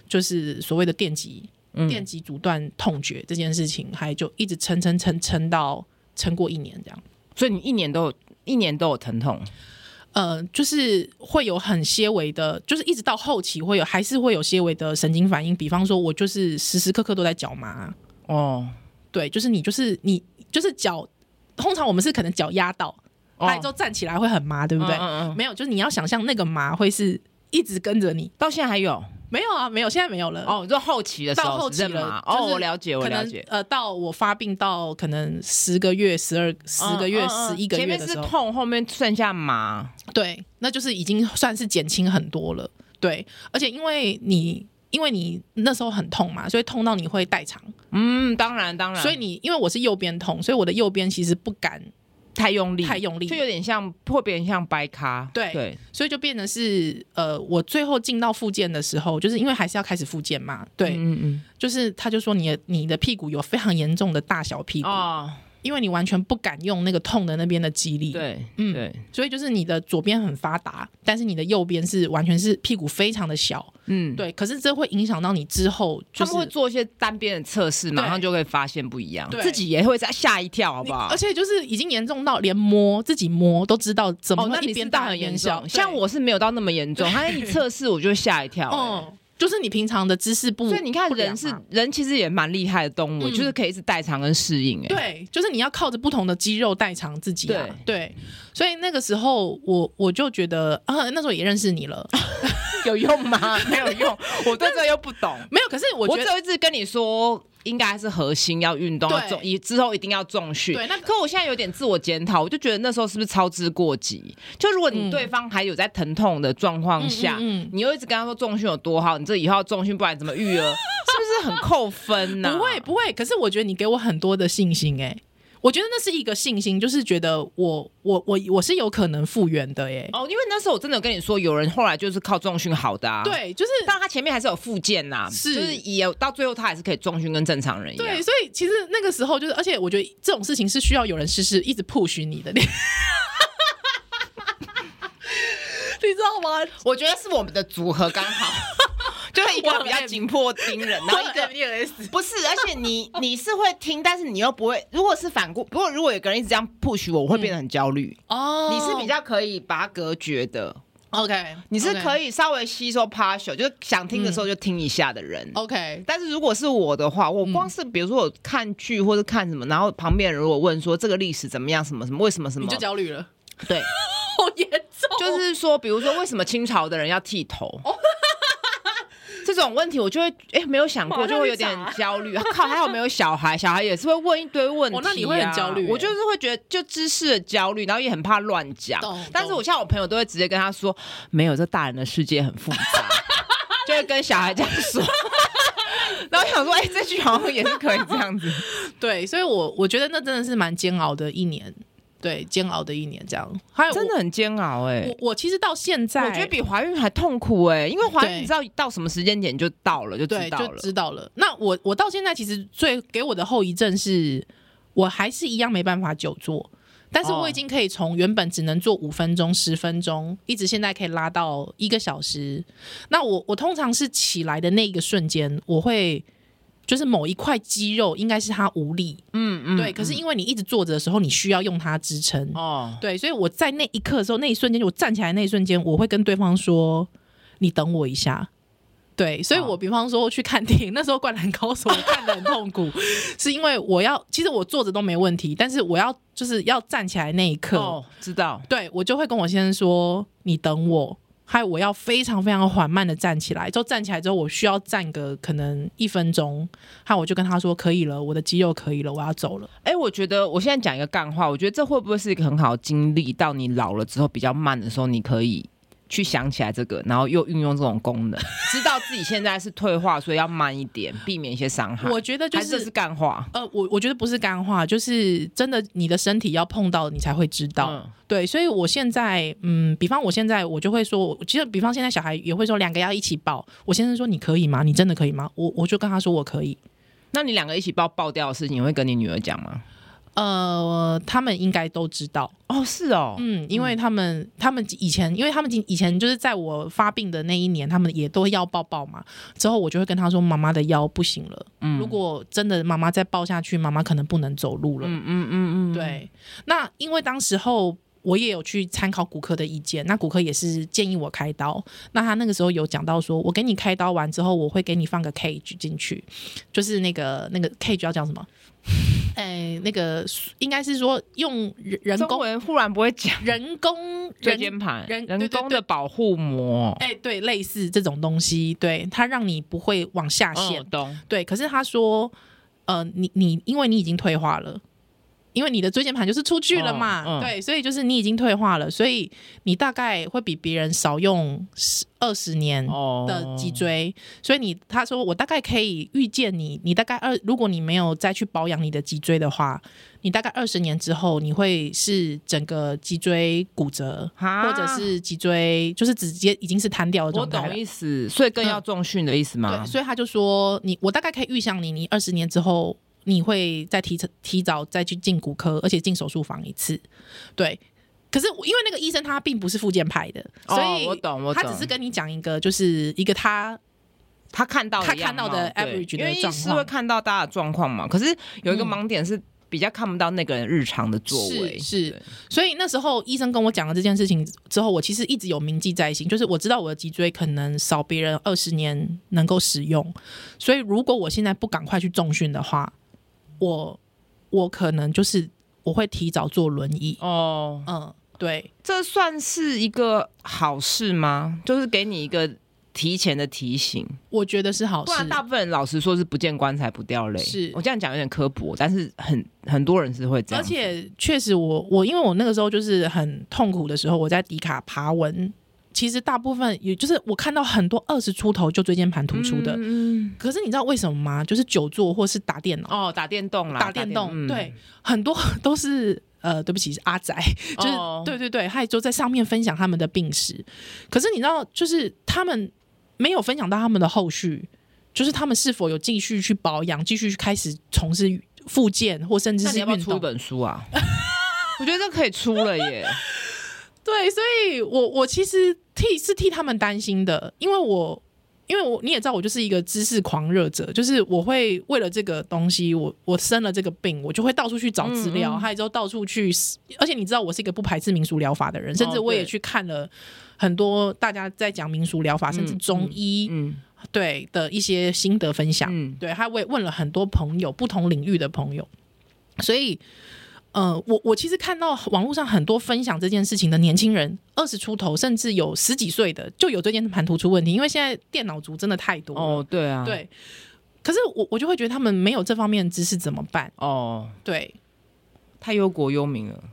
Speaker 1: 就是所谓的电极、
Speaker 2: 嗯
Speaker 1: 电极阻断痛觉这件事情，还就一直撑撑撑撑到撑过一年这样。
Speaker 2: 所以你一年都有一年都有疼痛，
Speaker 1: 呃，就是会有很些微的，就是一直到后期会有，还是会有些微的神经反应。比方说，我就是时时刻刻都在脚麻，
Speaker 2: 哦，
Speaker 1: 对，就是你就是你就是脚，通常我们是可能脚压到，
Speaker 2: 哦
Speaker 1: 它之后站起来会很麻，对不对？
Speaker 2: 嗯嗯嗯
Speaker 1: 没有，就是你要想象那个麻会是一直跟着你。
Speaker 2: 到现在还有
Speaker 1: 没有啊，没有，现在没有了。
Speaker 2: 哦，就后期的时
Speaker 1: 到
Speaker 2: 候
Speaker 1: 后
Speaker 2: 是
Speaker 1: 期
Speaker 2: 这样
Speaker 1: 了
Speaker 2: 吗，
Speaker 1: 就是
Speaker 2: 哦，我了解，我
Speaker 1: 可
Speaker 2: 了
Speaker 1: 能
Speaker 2: 解，
Speaker 1: 呃，到我发病到可能十个月、十二、十个月、
Speaker 2: 嗯嗯
Speaker 1: 十
Speaker 2: 嗯
Speaker 1: 一个
Speaker 2: 前
Speaker 1: 月
Speaker 2: 面
Speaker 1: 的
Speaker 2: 是
Speaker 1: 时候，
Speaker 2: 痛，后面剩下麻，
Speaker 1: 对，那就是已经算是减轻很多了。对，而且因为你因为你那时候很痛嘛，所以痛到你会代偿，
Speaker 2: 嗯，当然当然，
Speaker 1: 所以你因为我是右边痛，所以我的右边其实不敢
Speaker 2: 太用力，
Speaker 1: 太用力，
Speaker 2: 就有点像会变像掰咖，
Speaker 1: 对
Speaker 2: 对，
Speaker 1: 所以就变成是呃，我最后进到复健的时候，就是因为还是要开始复健嘛，对，
Speaker 2: 嗯嗯
Speaker 1: 就是他就说你的你的屁股有非常严重的大小屁
Speaker 2: 嗯，
Speaker 1: 股，
Speaker 2: 哦，
Speaker 1: 因为你完全不敢用那个痛的那边的肌力，，
Speaker 2: 对，
Speaker 1: 嗯
Speaker 2: 对，
Speaker 1: 所以就是你的左边很发达，但是你的右边是完全是屁股非常的小，
Speaker 2: 嗯，
Speaker 1: 对，可是这会影响到你之后就
Speaker 2: 他
Speaker 1: 是
Speaker 2: 们会做一些单边的测试，马
Speaker 1: 对
Speaker 2: 上就会发现不一样，
Speaker 1: 对
Speaker 2: 自己也会再吓一跳，好
Speaker 1: 你
Speaker 2: 不好
Speaker 1: 而？且就是已经严重到连摸自己摸都知道怎么
Speaker 2: 哦，那
Speaker 1: 会
Speaker 2: 你
Speaker 1: 一边
Speaker 2: 是到
Speaker 1: 大
Speaker 2: 很
Speaker 1: 一
Speaker 2: 严
Speaker 1: 边小，
Speaker 2: 重，像
Speaker 1: 对，
Speaker 2: 我是没有到那么严重，他一测试我就吓一跳，欸
Speaker 1: 嗯，就是你平常的姿势不，
Speaker 2: 所以你看
Speaker 1: 不良
Speaker 2: 人是
Speaker 1: 嘛
Speaker 2: 人其实也蛮厉害的动物，
Speaker 1: 嗯
Speaker 2: 就是可以一直代偿跟适应，哎， [LAUGHS]
Speaker 1: 对，就是你要靠着不同的肌肉代偿自己啊。对，所以那个时候我我就觉得啊，那时候也认识你了，
Speaker 2: 啊 [LAUGHS] 有用吗？没有用，我对这个又不懂。
Speaker 1: 没有。可是我觉
Speaker 2: 我只
Speaker 1: 得
Speaker 2: 有一次跟你说，应该是核心要运动，
Speaker 1: 对
Speaker 2: 要重，以之后一定要重训。
Speaker 1: 对那
Speaker 2: 可我现在有点自我检讨，我就觉得那时候是不是操之过急？就如果你对方还有在疼痛的状况下，
Speaker 1: 嗯嗯嗯
Speaker 2: 你又一直跟他说重训有多好，你这以后要重训，不然怎么育儿？ [LAUGHS] 是不是很扣分呢、
Speaker 1: 不会不会，可是我觉得你给我很多的信心哎、我觉得那是一个信心，就是觉得我我我我是有可能复原的欸耶、
Speaker 2: 哦，因为那时候我真的有跟你说，有人后来就是靠重训好的啊。。
Speaker 1: 对，就是
Speaker 2: 但他前面还是有复健呐、
Speaker 1: 是
Speaker 2: 就是也有到最后他还是可以重训跟正常人一样。啊
Speaker 1: 对，所以其实那个时候就是，而且我觉得这种事情是需要有人时时一直 push 你的，你 [LAUGHS] 你知道 [LAUGHS] 吗？
Speaker 2: 我觉得是我们的组合刚 [LAUGHS] 好，就是一个比较紧迫盯人，然后一个
Speaker 1: NS，
Speaker 2: 不是，而且你你是会听，但是你又不会。如果是反过，不过如果有个人一直这样 push 我，我会变得很焦虑。
Speaker 1: 哦，
Speaker 2: 你是比较可以把它隔绝的，
Speaker 1: 嗯 OK，嗯
Speaker 2: 你是可
Speaker 1: 以
Speaker 2: 以稍微吸收 partial，就是想听的时候就听一下的人。
Speaker 1: OK，
Speaker 2: 但是如果是我的话，
Speaker 1: 嗯
Speaker 2: 我光是比如说我看剧或者看什么，然后旁边人如果问说这个历史怎么样，什么什么，为什么什么
Speaker 1: 你就，焦虑了，
Speaker 2: 对，
Speaker 1: 好严重，
Speaker 2: [LAUGHS] 就是说，比如说，为什么清朝的人要剃头？
Speaker 1: 哦
Speaker 2: [LAUGHS] 这种问题我就会哎、没有想
Speaker 1: 马
Speaker 2: 过，
Speaker 1: 上去
Speaker 2: 就会有点焦虑。 [LAUGHS] 啊靠，还好没有小孩，小孩也是会问一堆问题、
Speaker 1: 哦
Speaker 2: 啊
Speaker 1: 那你会很焦虑欸
Speaker 2: 我就是会觉得就知识的焦虑，然后也很怕乱讲
Speaker 1: 懂。
Speaker 2: 但是我像我朋友都会直接跟他说，没有，这大人的世界很
Speaker 1: [LAUGHS]
Speaker 2: 复杂，就会跟小孩这样说。然后我想说，哎、这句好像也是可以这
Speaker 1: [LAUGHS]
Speaker 2: 样子。
Speaker 1: 对，所以我我觉得那真的是蛮煎熬的一年，对，煎熬的一年这样，还有
Speaker 2: 哎真的很煎熬哎、
Speaker 1: 我，我我其实到现在，
Speaker 2: 我觉得比怀孕还痛苦哎、因为怀
Speaker 1: 对
Speaker 2: 孕你知道到什么时间点就到了，就
Speaker 1: 对
Speaker 2: 知道
Speaker 1: 就
Speaker 2: 了。
Speaker 1: 知道了。那我我到现在其实最给我的后遗症是，我还是一样没办法久坐。但是
Speaker 2: 哦
Speaker 1: 我已经可以从原本只能做五分钟、十分钟，一直现在可以拉到一个小时。那我我通常是起来的那一个瞬间，我会就是某一块肌肉应该是它无力，
Speaker 2: 嗯嗯
Speaker 1: 对。可是因为你一直坐着的时候，你需要用它支撑，
Speaker 2: 哦，
Speaker 1: 对，所以我在那一刻的时候，那一瞬间，就我站起来那一瞬间，我会跟对方说：“你等我一下。”对，所以我
Speaker 2: 好
Speaker 1: 比方说去看电影，那时 [LAUGHS] 候《灌篮高手》我看的很痛
Speaker 2: [LAUGHS]
Speaker 1: 苦，是因为我要，其实我坐着都没问题，但是我要就是要站起来那一刻，
Speaker 2: 哦，知道。
Speaker 1: 对我就会跟我先生说：“你等我。”还有我要非常非常缓慢的站起来，之后站起来之后，我需要站个可能一分钟，还有我就跟他说：“可以了，我的肌肉可以了，我要走了。
Speaker 2: 哎、我觉得我现在讲一个干话，我觉得这会不会是一个很好的经历？到你老了之后比较慢的时候，你可以去想起来这个，然后又运用这种功能， [LAUGHS] 知道自己现在是退化，所以要慢一点，避免一些伤害。
Speaker 1: 我觉得就
Speaker 2: 还是这嗯是干话。
Speaker 1: 呃，我我觉得不是干话，就是真的，你的身体要碰到你才会知道。
Speaker 2: 嗯
Speaker 1: 对，所以我现在，嗯，比方我现在我就会说，我其实比方现在小孩也会说两个要一起抱，我先生说你可以吗？你真的可以吗？我我就跟他说我可以。
Speaker 2: 那你两个一起爆爆掉的事情，你会跟你女儿讲吗？
Speaker 1: 呃，他们应该都知道，
Speaker 2: 哦，是哦，
Speaker 1: 嗯，因为他们他们以前，因为他们以前就是在我发病的那一年，他们也都要抱抱嘛。之后我就会跟他说，妈妈的腰不行了，
Speaker 2: 嗯
Speaker 1: 如果真的妈妈再抱下去，妈妈可能不能走路了。
Speaker 2: 嗯嗯嗯嗯，
Speaker 1: 对，那因为当时候我也有去参考骨科的意见，那骨科也是建议我开刀。那他那个时候有讲到说，我给你开刀完之后，我会给你放个 cage 进去，就是那个那个 cage 要叫什么？哎，那个应该是说用人人
Speaker 2: 中
Speaker 1: 工
Speaker 2: 文忽然不会讲。
Speaker 1: 人工
Speaker 2: 椎
Speaker 1: 人
Speaker 2: 间盘
Speaker 1: 人对
Speaker 2: 人
Speaker 1: 对
Speaker 2: 工
Speaker 1: 对
Speaker 2: 的保护膜，
Speaker 1: 哎、对，类似这种东西，对它让你不会往下陷。
Speaker 2: 嗯懂？
Speaker 1: 对，可是他说，呃，你你因为你已经退化了，因为你的椎间盘就是出去了嘛，
Speaker 2: 嗯嗯
Speaker 1: 对，所以就是你已经退化了，所以你大概会比别人少用十二十年。
Speaker 2: 哦
Speaker 1: 的脊椎，所以你他说我大概可以预见你，你大概二，如果你没有再去保养你的脊椎的话，你大概二十年之后你会是整个脊椎骨折，
Speaker 2: 啊
Speaker 1: 或者是脊椎就是直接已经是瘫掉的
Speaker 2: 我
Speaker 1: 状态
Speaker 2: 懂
Speaker 1: 了。嗯
Speaker 2: 意思，所以更要重训的意思吗
Speaker 1: 对，？所以他就说你，我大概可以预想你，你二十年之后你会再提提早再去进骨科，而且进手术房一次。对，可是我因为那个医生他并不是复健派的，
Speaker 2: 哦
Speaker 1: 所以
Speaker 2: 我懂我
Speaker 1: 他
Speaker 2: 懂
Speaker 1: 只是跟你讲一个，就是一个他
Speaker 2: 他看到
Speaker 1: 他看到的
Speaker 2: 样貌对
Speaker 1: average 的
Speaker 2: 因为医
Speaker 1: 状
Speaker 2: 师
Speaker 1: 况
Speaker 2: 会看到大家的状况嘛。可是有一个
Speaker 1: 嗯
Speaker 2: 盲点是比较看不到那个人日常的作为，
Speaker 1: 是
Speaker 2: 对
Speaker 1: 是，所以那时候医生跟我讲了这件事情之后，我其实一直有铭记在心，就是我知道我的脊椎可能少别人二十年能够使用，所以如果我现在不赶快去重训的话，我我可能就是我会提早坐轮椅。
Speaker 2: 哦，
Speaker 1: 嗯，对，
Speaker 2: 这算是一个好事吗？就是给你一个提前的提醒，
Speaker 1: 我觉得是好
Speaker 2: 不
Speaker 1: 事。
Speaker 2: 然大部分人老实说是不见棺材不掉泪。
Speaker 1: 是
Speaker 2: 我这样讲有点刻薄，但是很很多人是会这
Speaker 1: 而
Speaker 2: 样。
Speaker 1: 且确实我，我因为我那个时候就是很痛苦的时候，我在迪卡爬文，其实大部分也就是我看到很多二十出头就椎间盘突出的，
Speaker 2: 嗯，嗯
Speaker 1: 可是你知道为什么吗？就是久坐或是打电脑、
Speaker 2: 哦，打电动啦，
Speaker 1: 打电动，
Speaker 2: 嗯
Speaker 1: 对，很多 [LAUGHS] 都是。呃，对不起，是阿仔，就是、
Speaker 2: 哦
Speaker 1: 对对对，他也就在上面分享他们的病史。可是你知道，就是他们没有分享到他们的后续，就是他们是否有继续去保养，继续去开始从事复健，或甚至
Speaker 2: 那
Speaker 1: 是
Speaker 2: 你要不要
Speaker 1: 运
Speaker 2: 出一
Speaker 1: 动。
Speaker 2: 本书啊？ [LAUGHS] 我觉得这可以出了耶。
Speaker 1: 对，所以我我其实替是替他们担心的，因为我因为我你也知道，我就是一个知识狂热者，就是我会为了这个东西，我我生了这个病，我就会到处去找资料，
Speaker 2: 嗯嗯
Speaker 1: 还有之后到处去，而且你知道，我是一个不排斥民俗疗法的人，甚至
Speaker 2: 哦
Speaker 1: 我也
Speaker 2: 对
Speaker 1: 去看了很多大家在讲民俗疗法，甚至
Speaker 2: 嗯
Speaker 1: 中医、
Speaker 2: 嗯
Speaker 1: 对的一些心得分享。
Speaker 2: 嗯，
Speaker 1: 对，他也问了很多朋友，不同领域的朋友，所以，呃，我我其实看到网络上很多分享这件事情的年轻人，二十出头，甚至有十几岁的，就有椎间盘突出问题，因为现在电脑族真的太多了，
Speaker 2: 哦，对啊，，
Speaker 1: 对。可是我我就会觉得他们没有这方面的知识怎么办？
Speaker 2: 哦，
Speaker 1: 对，
Speaker 2: 太忧国忧民了。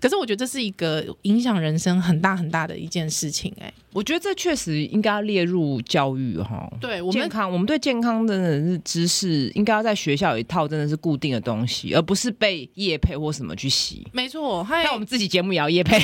Speaker 1: 可是我觉得这是一个影响人生很大很大的一件事情、哎，
Speaker 2: 我觉得这确实应该要列入教育哈。
Speaker 1: 对我
Speaker 2: 健
Speaker 1: 们
Speaker 2: 康，我们对健康真的是知识，应该要在学校有一套真的是固定的东西，而不是被业配或什么去洗。
Speaker 1: 没错，还
Speaker 2: 那我们自己节目也要业配，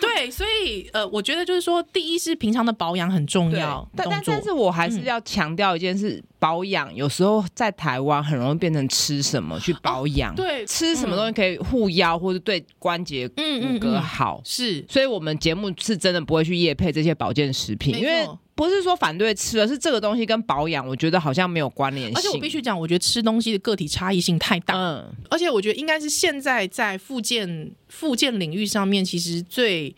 Speaker 1: 对，所以呃，我觉得就是说，第一是平常的保养很重要，
Speaker 2: 但但
Speaker 1: 动作
Speaker 2: 但是我还是要强调一件事：保养有时候在台湾很容易变成吃什么去保养，
Speaker 1: 对
Speaker 2: 吃什么东西可以护腰或者对关节骨
Speaker 1: 嗯嗯
Speaker 2: 骼
Speaker 1: 嗯
Speaker 2: 好。
Speaker 1: 是
Speaker 2: 所以，我们节目是真的不会去夜配这些保健食品，
Speaker 1: 没
Speaker 2: 因为
Speaker 1: 错
Speaker 2: 不是说反对吃，而是这个东西跟保养，我觉得好像没有关联性。
Speaker 1: 而且我必须讲，我觉得吃东西的个体差异性太大，
Speaker 2: 嗯，
Speaker 1: 而且我觉得应该是现在在复健复健领域上面，其实最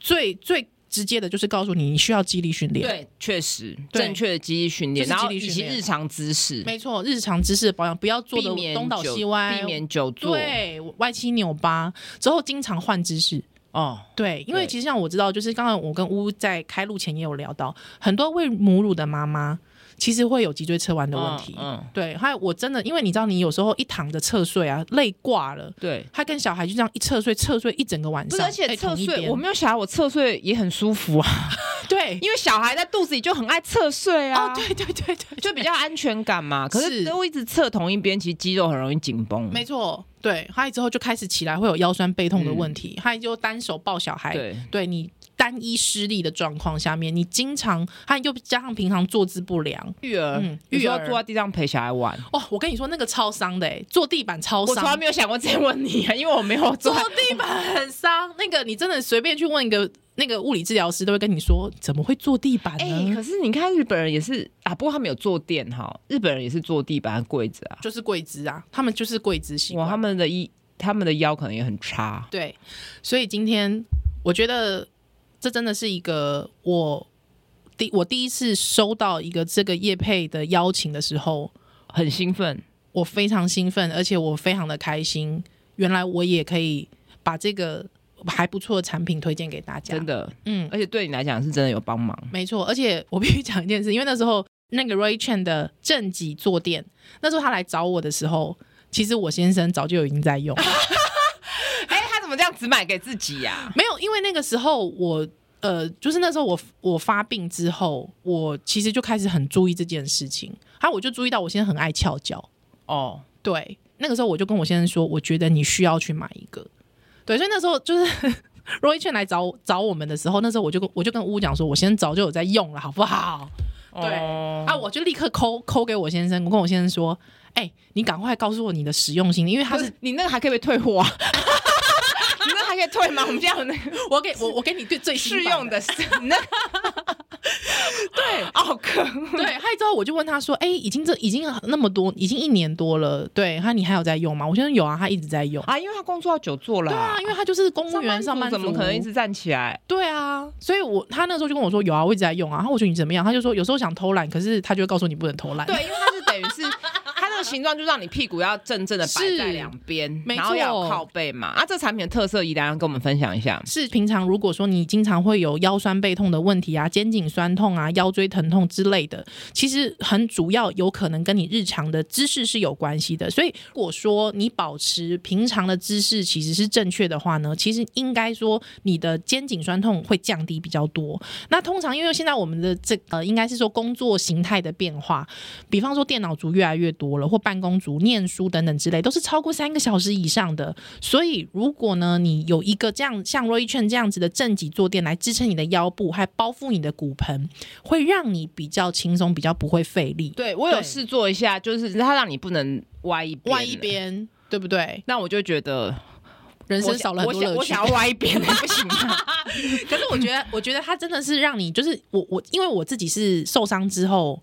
Speaker 1: 最最直接的就是告诉你，你需要肌力训练。，
Speaker 2: 嗯对，确实
Speaker 1: 对
Speaker 2: 正确的肌力训练，
Speaker 1: 就是
Speaker 2: 然后
Speaker 1: 肌力
Speaker 2: 以
Speaker 1: 训
Speaker 2: 及
Speaker 1: 练
Speaker 2: 日常姿势，
Speaker 1: 没错，日常知识的保养不要做的
Speaker 2: 避免
Speaker 1: 东倒
Speaker 2: 久
Speaker 1: 西歪，哦
Speaker 2: 避免久坐。
Speaker 1: 对歪七扭八，之后经常换姿势。
Speaker 2: 哦，
Speaker 1: 对，因为
Speaker 2: 对
Speaker 1: 其实像我知道，就是刚才我跟乌在开录前也有聊到，很多喂母乳的妈妈其实会有脊椎侧弯的问题。
Speaker 2: 嗯，嗯
Speaker 1: 对，还有我真的，因为你知道，你有时候一躺着侧睡啊，累挂了，
Speaker 2: 对。
Speaker 1: 他跟小孩就这样一侧睡，侧睡一整个晚
Speaker 2: 不
Speaker 1: 上，
Speaker 2: 是，而
Speaker 1: 在
Speaker 2: 且侧
Speaker 1: 同一
Speaker 2: 睡，
Speaker 1: 边
Speaker 2: 我没有小孩，我侧睡也很舒服啊， [LAUGHS]
Speaker 1: 对，
Speaker 2: 因为小孩在肚子里就很爱侧睡
Speaker 1: 哦，
Speaker 2: 啊，
Speaker 1: [LAUGHS] 对对对对，
Speaker 2: 就比较安全感嘛。可
Speaker 1: 是
Speaker 2: 是都一直侧同一边，其实肌肉很容易紧绷。
Speaker 1: 没错，对，还有之后就开始起来会有腰酸背痛的问题，还有就单手抱小孩，
Speaker 2: 对，
Speaker 1: 你。单一失力的状况下面，你经常还有又加上平常坐姿不良
Speaker 2: 育儿
Speaker 1: 嗯，
Speaker 2: 有时候
Speaker 1: 育儿
Speaker 2: 坐在地上陪小孩玩，
Speaker 1: 哦，我跟你说那个超伤的、欸，坐地板超
Speaker 2: 我从来
Speaker 1: 伤，
Speaker 2: 没有想过这些问题啊，因为 [LAUGHS] 我没有
Speaker 1: 坐
Speaker 2: 坐在。
Speaker 1: 地板很伤。那个你真的随便去问一个那个物理治疗师，都会跟你说怎么会坐地板呢？
Speaker 2: 哎、可是你看日本人也是啊，不过他们有坐垫哈，日本人也是坐地板和柜子啊。
Speaker 1: 就是跪姿啊，他们就是跪姿习惯
Speaker 2: 哇，。他们的一他们的腰可能也很差。
Speaker 1: 对，所以今天我觉得这真的是一个我第我第一次收到一个这个叶配的邀请的时候，
Speaker 2: 很兴奋，
Speaker 1: 我非常兴奋，而且我非常的开心，原来我也可以把这个还不错的产品推荐给大家
Speaker 2: 真。的，
Speaker 1: 嗯，
Speaker 2: 而且对你来讲是真的有帮忙。
Speaker 1: 没错，而且我必须讲一件事，因为那时候那个 Ray Chen 的正极坐垫，那时候他来找我的时候，其实我先生早就已经在用。
Speaker 2: [LAUGHS] 哎、他怎么这样只买给自己啊呀、
Speaker 1: [LAUGHS] 没有，因为那个时候我呃，就是那时候我我发病之后，我其实就开始很注意这件事情。还有我就注意到我现在很爱翘脚，
Speaker 2: 哦，
Speaker 1: 对，那个时候我就跟我先生说，我觉得你需要去买一个，对，所以那时候就是 [LAUGHS] Roy 劝来找找我们的时候，那时候我就跟我就跟乌讲说，我先生早就有在用了，好不好？对
Speaker 2: 哦
Speaker 1: 啊，我就立刻抠抠给我先生，我跟我先生说，哎、你赶快告诉我你的实用性，因为他
Speaker 2: 不 [LAUGHS]
Speaker 1: 是
Speaker 2: 是你那个还可以被退货、啊， [LAUGHS] 你那个还可以退吗？我们这样有 [LAUGHS] 那个
Speaker 1: 我给我我给你最最新
Speaker 2: 试
Speaker 1: 版
Speaker 2: 用 [LAUGHS] 的，你那对奥克， [LAUGHS]
Speaker 1: 对，还之后我就问他说：“哎、已经这已经那么多，已经一年多了，对，他你还有在用吗？”我先生有啊，他一直在用。
Speaker 2: 啊，因为他工作要久坐了、
Speaker 1: 对啊，因为他就是公务员上班
Speaker 2: 怎么
Speaker 1: 族
Speaker 2: 可能一直站起来？
Speaker 1: 对啊，所以我他那时候就跟我说有啊，我一直在用啊。然后我说你怎么样？他就说有时候想偷懒，可是他就会告诉你不能偷懒。
Speaker 2: 对，因为他是等于是他那个形状就让你屁股要正正的摆在
Speaker 1: 是
Speaker 2: 两边，
Speaker 1: 没
Speaker 2: 然后要有
Speaker 1: 错
Speaker 2: 靠背嘛。啊，这产品的特色，宜兰要跟我们分享一下。
Speaker 1: 是平常如果说你经常会有腰酸背痛的问题啊、肩颈酸痛啊、腰椎疼痛之类的，其实很主要有可能跟你日常的姿势是有关系的。所以如果说你保持平常的姿势其实是正确的话呢，其实应该说你的肩颈酸痛会降低比较多。那通常因为现在我们的这呃，应该是说工作形态的变化，比方说电脑族越来越多了，或办公族、念书等等之类，都是超过三个小时以上的。所以，如果呢，你有一个这样像 Roy 券这样子的正脊坐垫来支撑你的腰部，还包覆你的骨盆，会让你比较轻松，比较不会费力。
Speaker 2: 对我有试做一下，就是它让你不能歪一边
Speaker 1: 歪一，边，对不对？
Speaker 2: 那我就觉得
Speaker 1: 人
Speaker 2: 我
Speaker 1: 生少了很多
Speaker 2: 想
Speaker 1: 乐
Speaker 2: 我
Speaker 1: 趣
Speaker 2: 想。我想要歪
Speaker 1: [LAUGHS]
Speaker 2: 一边不行啊吗？
Speaker 1: 可是我觉得，我觉得它真的是让你，就是我我，因为我自己是受伤之后，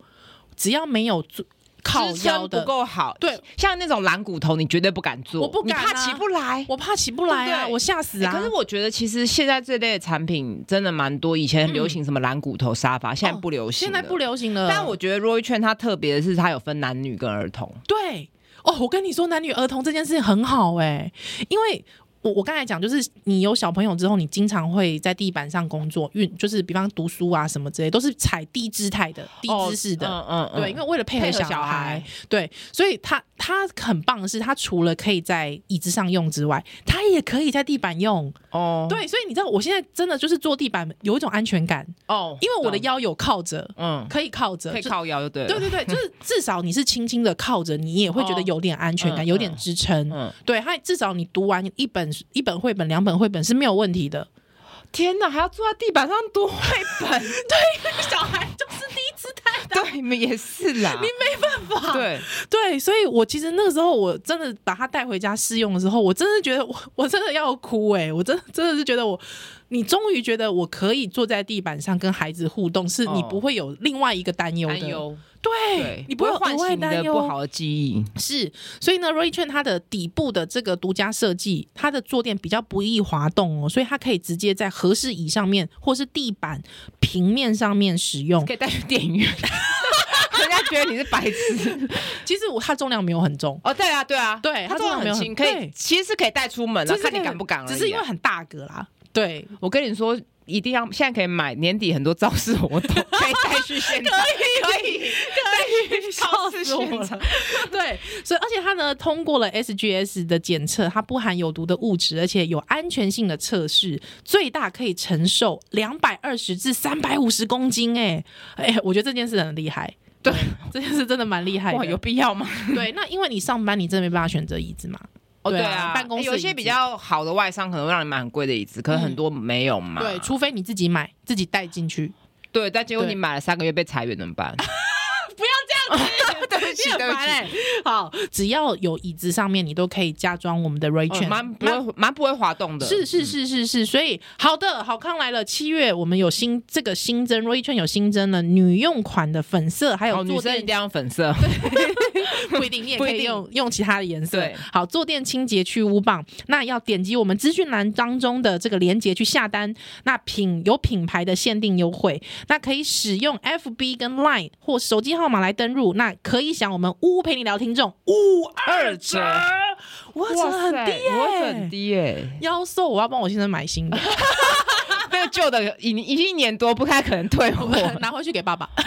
Speaker 1: 只要没有做靠
Speaker 2: 支
Speaker 1: 腰
Speaker 2: 撑
Speaker 1: 的
Speaker 2: 不，够好，
Speaker 1: 对，
Speaker 2: 像那种蓝骨头，你绝对不敢做，
Speaker 1: 我不敢啊
Speaker 2: 你怕起不来。
Speaker 1: 我怕起不来
Speaker 2: 哎对
Speaker 1: 啊，
Speaker 2: 不对
Speaker 1: 我吓死啊！
Speaker 2: 欸可是我觉得，其实现在这类的产品真的蛮多。以前很流行什么蓝骨头沙发，现在不流
Speaker 1: 嗯
Speaker 2: 行、
Speaker 1: 哦现在不。流行了，
Speaker 2: 但我觉得 Roy 圈它特别的是，它有分男女跟儿童。
Speaker 1: 对哦，我跟你说，男女儿童这件事很好哎、因为。我我刚才讲，就是你有小朋友之后，你经常会在地板上工作，运就是比方读书啊什么之类，都是踩低姿态的、低姿势的，
Speaker 2: 嗯嗯
Speaker 1: 对，因为为了配合
Speaker 2: 配合
Speaker 1: 小孩，
Speaker 2: 小孩
Speaker 1: 对，所以他他很棒的是，他除了可以在椅子上用之外，他也可以在地板用，
Speaker 2: 哦
Speaker 1: 对，所以你知道，我现在真的就是坐地板有一种安全感，
Speaker 2: 哦
Speaker 1: 因为我的
Speaker 2: 懂
Speaker 1: 腰有靠着，
Speaker 2: 嗯
Speaker 1: 可以靠着，
Speaker 2: 可以
Speaker 1: 就
Speaker 2: 靠腰就对了。
Speaker 1: 对对对，就是至少你是轻轻的靠着，你也会觉得有点安全感，
Speaker 2: 哦嗯
Speaker 1: 有点支撑。
Speaker 2: 嗯，
Speaker 1: 对，还至少你读完一本一本绘本、两本绘本是没有问题的。
Speaker 2: 天哪，还要坐在地板上读绘 [LAUGHS] 本，
Speaker 1: 小孩就是第一次太
Speaker 2: 对，你们也是啦，你没办法，对，
Speaker 1: 对，所以我其实那个时候我真的把它带回家试用的时候，我真的觉得我 [LAUGHS] 我真的要哭哎、我真的真的是觉得我，你终于觉得我可以坐在地板上跟孩子互动，是你
Speaker 2: 哦
Speaker 1: 不会有另外一个担忧的。
Speaker 2: 担忧，
Speaker 1: 对
Speaker 2: 对，，
Speaker 1: 你
Speaker 2: 不
Speaker 1: 不会
Speaker 2: 会
Speaker 1: 有
Speaker 2: 唤
Speaker 1: 额
Speaker 2: 醒
Speaker 1: 外
Speaker 2: 你的
Speaker 1: 担忧
Speaker 2: 不好的记忆。
Speaker 1: 是，所以呢，Roy 券它的底部的这个独家设计，它的坐垫比较不易滑动哦，所以它可以直接在合适椅上面或是地板平面上面使用。
Speaker 2: 可以带去电影院， [LAUGHS] 人家觉得你是白痴。
Speaker 1: 其实我它重量没有很重，
Speaker 2: 哦，对啊，对啊，
Speaker 1: 对
Speaker 2: 他
Speaker 1: 他
Speaker 2: 做
Speaker 1: 做
Speaker 2: 的
Speaker 1: 得很
Speaker 2: 很轻，
Speaker 1: 轻
Speaker 2: 可以
Speaker 1: 对
Speaker 2: 其实是可以带出门的，
Speaker 1: 就是
Speaker 2: 看你
Speaker 1: 那个
Speaker 2: 敢不敢而已啊。
Speaker 1: 只是因为很大个啦。对， [LAUGHS]
Speaker 2: 我跟你说。一定要现在可以买，年底很多造势活动可以带去
Speaker 1: [LAUGHS]
Speaker 2: 现场，可以可以带 [LAUGHS] 去造势现场。
Speaker 1: [LAUGHS] 对，所以而且它呢通过了 SGS 的检测，它不含有毒的物质，而且有安全性的测试，最大可以承受两百二十至三百五十公斤、哎哎，我觉得这件事很厉害。
Speaker 2: 对，
Speaker 1: 这件事真的蛮厉害
Speaker 2: [LAUGHS] 哇，
Speaker 1: 的
Speaker 2: 有。必要吗？
Speaker 1: 对，那因为你上班，你真的没办法选择椅子嘛。
Speaker 2: 哦，
Speaker 1: 对
Speaker 2: 对
Speaker 1: 啊
Speaker 2: 啊，
Speaker 1: 办公室
Speaker 2: 有一些
Speaker 1: 椅子
Speaker 2: 比较好的外商可能会让你买很贵的椅子，可是很多没有嘛。
Speaker 1: 对，除非你自己买，自己带进去。
Speaker 2: 对，但结果
Speaker 1: 对
Speaker 2: 你买了三个月被裁员怎么
Speaker 1: [LAUGHS]
Speaker 2: 办？ [LAUGHS] 对不起，
Speaker 1: 你很
Speaker 2: 对不
Speaker 1: 烦
Speaker 2: 起，
Speaker 1: 欸好，只要有椅子上面，你都可以加装我们的 Ray
Speaker 2: 哦
Speaker 1: 券、
Speaker 2: 蛮不会蛮不会滑动的。嗯
Speaker 1: 是是是是是，所以好的，好康来了。七月我们有新这个新增 Ray 券有新增了女用款的粉色，还
Speaker 2: 哦，
Speaker 1: 有
Speaker 2: 女
Speaker 1: 坐
Speaker 2: 生一 [LAUGHS]
Speaker 1: 垫
Speaker 2: 定要
Speaker 1: [LAUGHS]
Speaker 2: 粉色。
Speaker 1: 不一定，你也
Speaker 2: 不一
Speaker 1: 可以
Speaker 2: 定
Speaker 1: 用用其他的颜色
Speaker 2: 对。
Speaker 1: 好，坐垫清洁去污棒，那要点击我们资讯栏当中的这个链接去下单。那品有品牌的限定优惠，那可以使用 FB 跟 Line 或手机号码来登入，那可以享我们呜呜陪你聊听众五二折，五二折很低耶、
Speaker 2: 我很低耶、
Speaker 1: 腰瘦，我要帮我先生买新的，
Speaker 2: 那个旧的已已经一年多，不太可能退
Speaker 1: [LAUGHS]
Speaker 2: 货。
Speaker 1: 拿回去给爸爸。 [LAUGHS]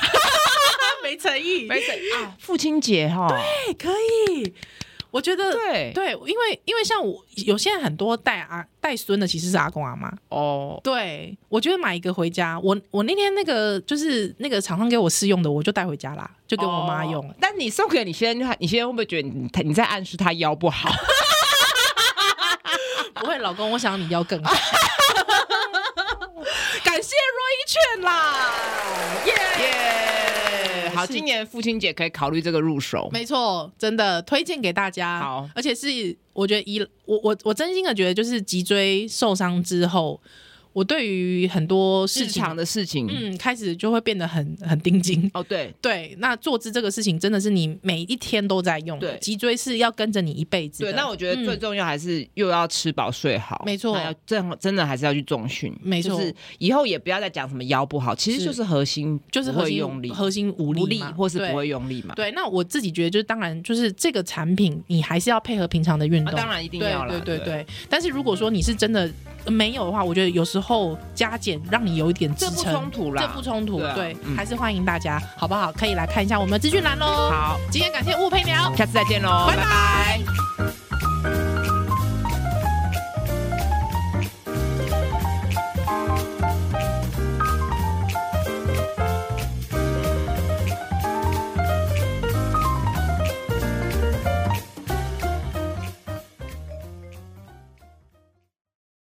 Speaker 1: 没诚意，
Speaker 2: 没事啊，父亲节哈，
Speaker 1: 哎，可以，我觉得
Speaker 2: 对
Speaker 1: 对，因为因为像我有现在很多带阿带孙的其实是阿公阿妈，
Speaker 2: 哦，
Speaker 1: 对我觉得买一个回家，我我那天那个就是那个厂商给我试用的，我就带回家啦，就给我妈用。
Speaker 2: 哦但你送给你先生，你先生会不会觉得你你在暗示他腰不好？
Speaker 1: 不会，老公，我想你腰更好。感谢 Roy 券啦，耶、
Speaker 2: 耶、好，
Speaker 1: 是
Speaker 2: 今年父亲节可以考虑这个入手。
Speaker 1: 没错，真的推荐给大家。
Speaker 2: 好
Speaker 1: 而且是我觉得一，我我我真心的觉得，就是脊椎受伤之后，我对于很多事
Speaker 2: 日
Speaker 1: 情，
Speaker 2: 常的事情，
Speaker 1: 嗯，开始就会变得很很盯紧。
Speaker 2: 哦，对，
Speaker 1: 对，那坐姿这个事情真的是你每一天都在用的，
Speaker 2: 对
Speaker 1: 脊椎是要跟着你一辈子的。
Speaker 2: 对，那我觉得最
Speaker 1: 嗯
Speaker 2: 重要还是又要吃饱睡好，
Speaker 1: 没错
Speaker 2: 那要真真的还是要去重训，
Speaker 1: 没错
Speaker 2: 就是以后也不要再讲什么腰不好，其实
Speaker 1: 是
Speaker 2: 就是核心
Speaker 1: 就是
Speaker 2: 不
Speaker 1: 核
Speaker 2: 会
Speaker 1: 心
Speaker 2: 用力，
Speaker 1: 核心无
Speaker 2: 无
Speaker 1: 力
Speaker 2: 力
Speaker 1: 嘛
Speaker 2: 或是
Speaker 1: 对
Speaker 2: 不会用啊力嘛，
Speaker 1: 对，那我自己觉得就是，当然就是这个产品，你还是要配合平常的运
Speaker 2: 啊，
Speaker 1: 动。
Speaker 2: 当然一定
Speaker 1: 对
Speaker 2: 要啦，
Speaker 1: 对对对，但是如果说你是真的呃没有的话，我觉得有时候加减让你有一点支
Speaker 2: 这不
Speaker 1: 撑，
Speaker 2: 冲突啦，
Speaker 1: 这不冲突，
Speaker 2: 对啊
Speaker 1: 对，
Speaker 2: 嗯
Speaker 1: 还是欢迎大家，好不好？可以来看一下我们的资讯栏喽。
Speaker 2: 好，
Speaker 1: 今天感谢吴佩聊。
Speaker 2: 下次再见喽，
Speaker 1: 拜拜
Speaker 2: 拜拜